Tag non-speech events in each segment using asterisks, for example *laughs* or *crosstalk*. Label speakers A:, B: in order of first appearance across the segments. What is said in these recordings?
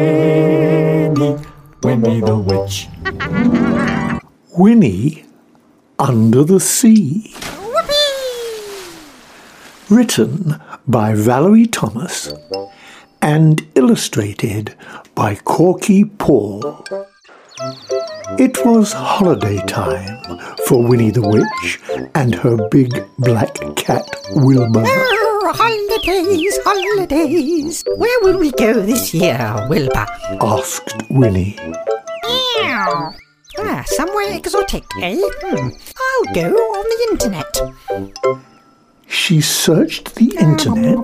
A: Winnie, Winnie the Witch.
B: Winnie Under the Sea. Written by Valerie Thomas and illustrated by Corky Paul. It was holiday time for Winnie the Witch and her big black cat Wilbur.
C: Oh, holidays, holidays. Where will we go this year, Wilbur?
B: asked Winnie.
C: Meow. Ah, somewhere exotic, eh? Hmm. I'll go on the internet.
B: She searched the internet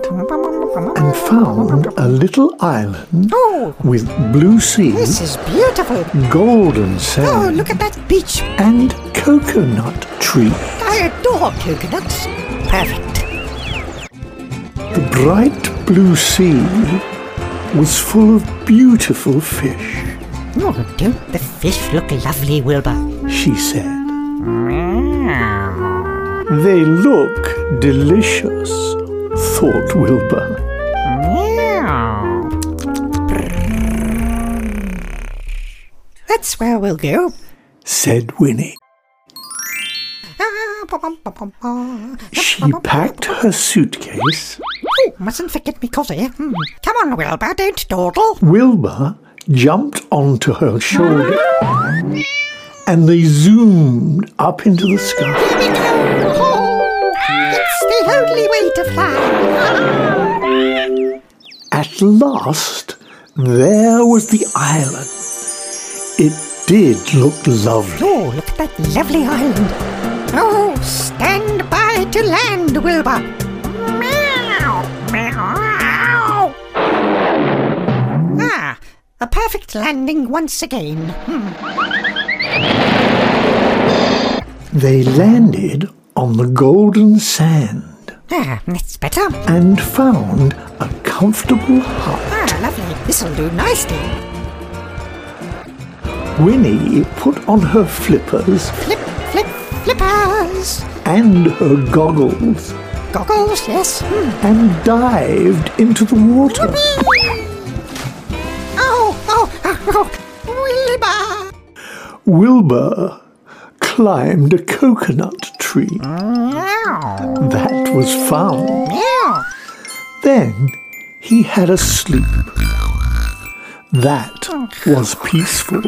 B: and found a little island
C: Oh,
B: with blue
C: this
B: sea,
C: is beautiful.
B: golden
C: Oh,
B: sand,
C: look at that beach.
B: and coconut tree.
C: I adore coconuts. Perfect.
B: The bright blue sea was full of beautiful fish,
C: Oh, don't the fish look lovely, Wilbur?
B: she said. They look delicious, thought Wilbur.
C: That's where we'll go.
B: Said Winnie.
C: Ah, bum, bum, bum, bum, bum. *laughs*
B: She packed her suitcase.
C: Oh, mustn't forget me cozy. Hmm. Come on, Wilbur, don't dawdle.
B: Wilbur jumped onto her shoulder and they zoomed up into the sky.
C: Here we go. Oh, it's the only way to fly.
B: At last, there was the island. It did look lovely.
C: Oh, look at that lovely island. Oh, stand by to land, Wilbur. Meow, meow. Ah, a perfect landing once again.
B: They landed on the golden sand
C: Ah, that's better.
B: and found a comfortable hut.
C: Ah, lovely. This'll do nicely.
B: Winnie put on her flippers
C: Flip, flip, flippers.
B: and her goggles
C: Goggles, yes. Hmm.
B: and dived into the water.
C: Oh, oh, oh, Wilbur.
B: Wilbur climbed a coconut tree
C: Meow.
B: that was found.
C: Meow.
B: Then he had a sleep. That was peaceful.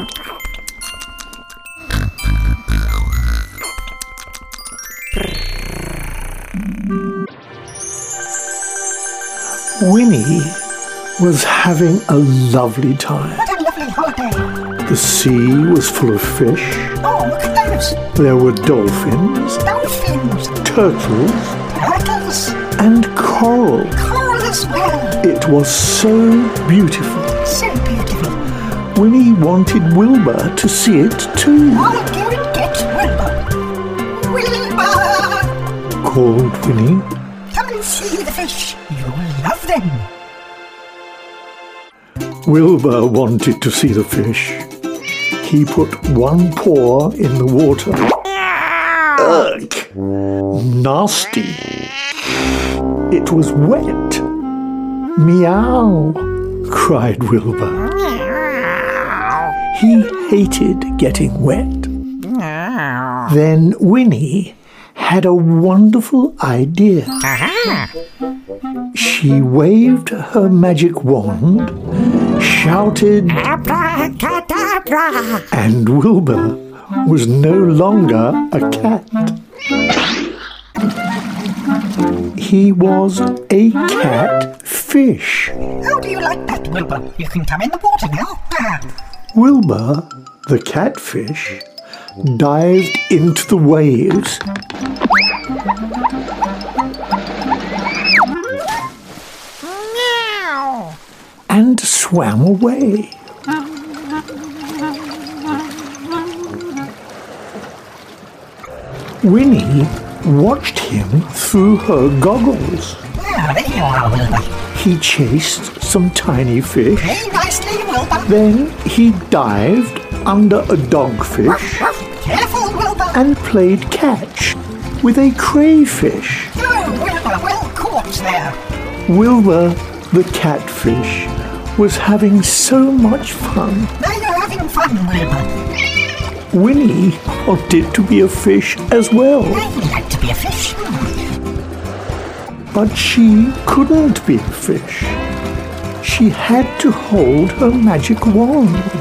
B: Winnie was having a lovely time.
C: What a lovely holiday.
B: The sea was full of fish.
C: Oh, look at those
B: There were dolphins,
C: dolphins,
B: turtles,
C: turtles,
B: and coral.
C: coral as well.
B: It was so beautiful.
C: So beautiful.
B: Winnie wanted Wilbur to see it too,
C: I'll go and get Wilbur. Wilbur,
B: called Winnie.
C: come and see the fish. You'll love them.
B: Wilbur wanted to see the fish. He put one paw in the water. Ugh! Nasty. It was wet. Meow, cried Wilbur. He hated getting wet. Then Winnie had a wonderful idea. She waved her magic wand, shouted,
C: Abracadabra.
B: and Wilbur was no longer a cat. He was a catfish.
C: How do you like that, Wilbur? You can come in the water now. Ah,
B: Wilbur, the catfish, dived into the waves. And swam away. Winnie watched him through her goggles.
C: ah, there you are, Wilbur.
B: He chased some tiny fish.
C: Very nicely, Wilbur.
B: Then he dived under a dogfish
C: Careful, Wilbur.
B: and played catch with a crayfish.
C: Oh, Wilbur, well caught there.
B: Wilbur The catfish was having so much fun.
C: Now you're having fun, Wilbur.
B: Winnie wanted to be a fish as well,
C: I would like to be a fish.
B: but she couldn't be a fish. She had to hold her magic wand.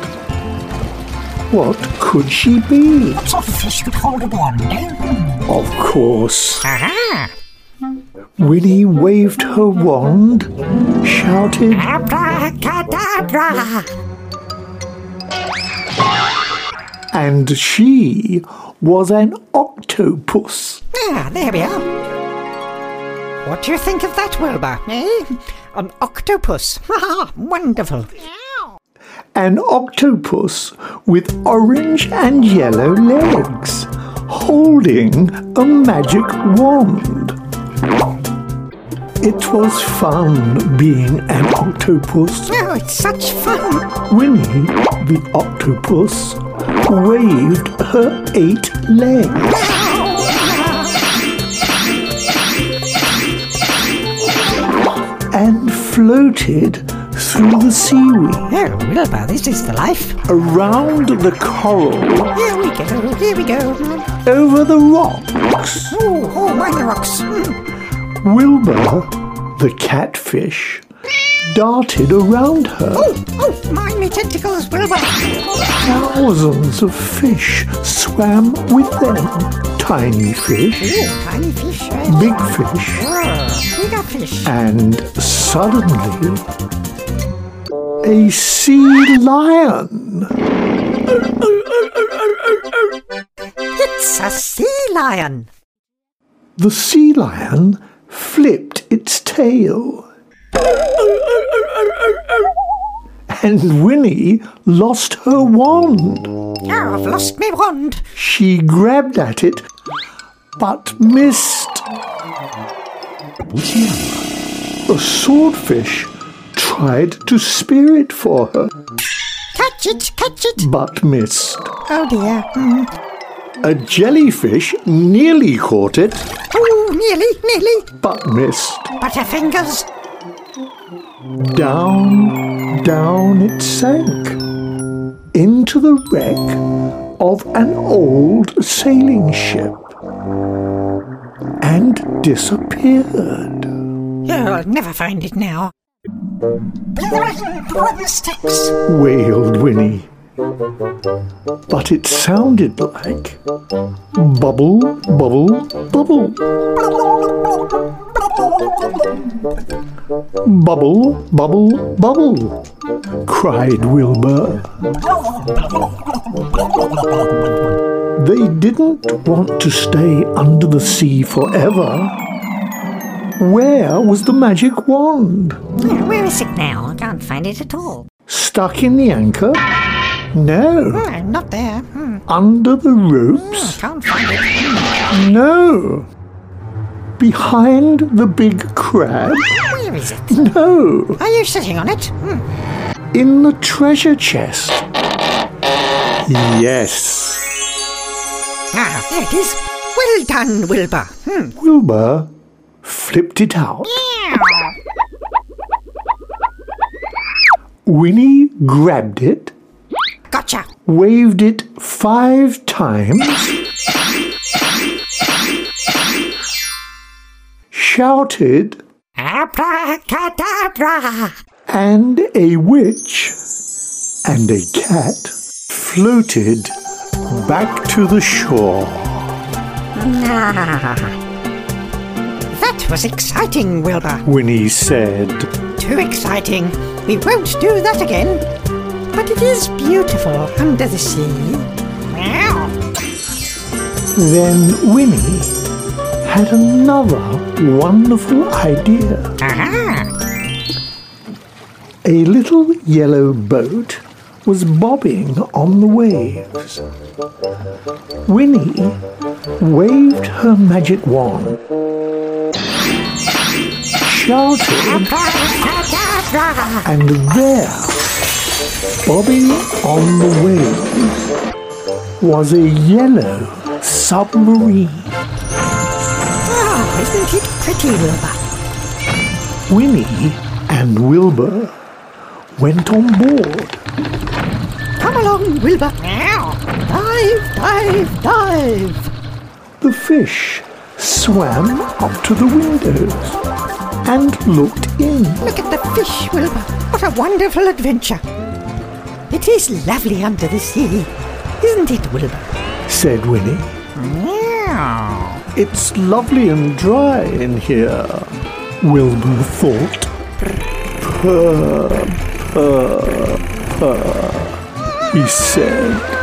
B: What could she be?
C: What sort of fish could hold a wand, eh?
B: Of course,
C: Aha!
B: Winnie waved her wand, shouted,
C: Abracadabra!
B: and she was an octopus.
C: Ah, there we are. What do you think of that, Wilbur? Eh? An octopus. *laughs* Ah, wonderful.
B: An octopus with orange and yellow legs, holding a magic wand. It was fun being an octopus.
C: Oh, it's such fun.
B: Winnie the octopus waved her eight legs. And floated through the seaweed,
C: Oh, Wilbur, this is the life.
B: around the coral,
C: Here we go, here we go.
B: over the rocks.
C: Oh, oh, mind the rocks. Mm.
B: Wilbur, the catfish, darted around her.
C: Oh, oh, mind me tentacles, Wilbur.
B: Thousands of fish swam with them. Tiny fish,
C: Ew, tiny fish. eh?
B: big fish,
C: Oh, bigger fish.
B: And suddenly, a sea lion
C: It's a sea lion.
B: The sea lion flipped its tail. And Winnie lost her wand.
C: Oh, I've lost my wand.
B: She grabbed at it, but missed. A swordfish tried to spear it for her,
C: Catch it, catch it.
B: but missed.
C: Oh dear. Mm.
B: A jellyfish nearly caught it,
C: Oh, nearly, nearly.
B: but missed.
C: Butterfingers.
B: Down, down it sank into the wreck of an old sailing ship and disappeared.
C: Oh, I'll never find it now. the sticks.
B: Wailed Winnie. But it sounded like bubble, bubble, bubble, bubble, bubble, bubble, cried Wilbur. They didn't want to stay under the sea forever. Where was the magic wand?
C: Yeah, where is it now? I can't find it at all.
B: Stuck in the anchor? No.
C: No, not there. Hmm,
B: Under the ropes?
C: can't find it.
B: No. Behind the big crab?
C: Where is it?
B: No.
C: Are you sitting on it? Hmm.
B: In the treasure chest? Yes.
C: Ah, there it is. Well done, Wilbur. Hmm.
B: Wilbur flipped it out. Winnie grabbed it,
C: Gotcha.
B: waved it five times, shouted,
C: Abracadabra.
B: and a witch and a cat floated back to the shore.
C: Ah. That was exciting, Wilbur.
B: Winnie said,
C: Too exciting. We won't do that again. But it is beautiful under the sea. Wow.
B: Then Winnie had another wonderful idea.
C: Aha.
B: A little yellow boat was bobbing on the waves. Winnie waved her magic wand, shouted,
C: Abracadabra.
B: and there, bobbing on the waves, was a yellow submarine.
C: Ah, isn't it pretty, Wilbur?
B: Winnie and Wilbur went on board.
C: Come along, Wilbur. Meow. Dive, dive, dive.
B: The fish swam up to the windows and looked in.
C: Look at the fish, Wilbur. What a wonderful adventure. It is lovely under the sea, isn't it, Wilbur?
B: said Winnie.
C: Meow.
B: It's lovely and dry in here, Wilbur thought. Purr, purr, purr, he said.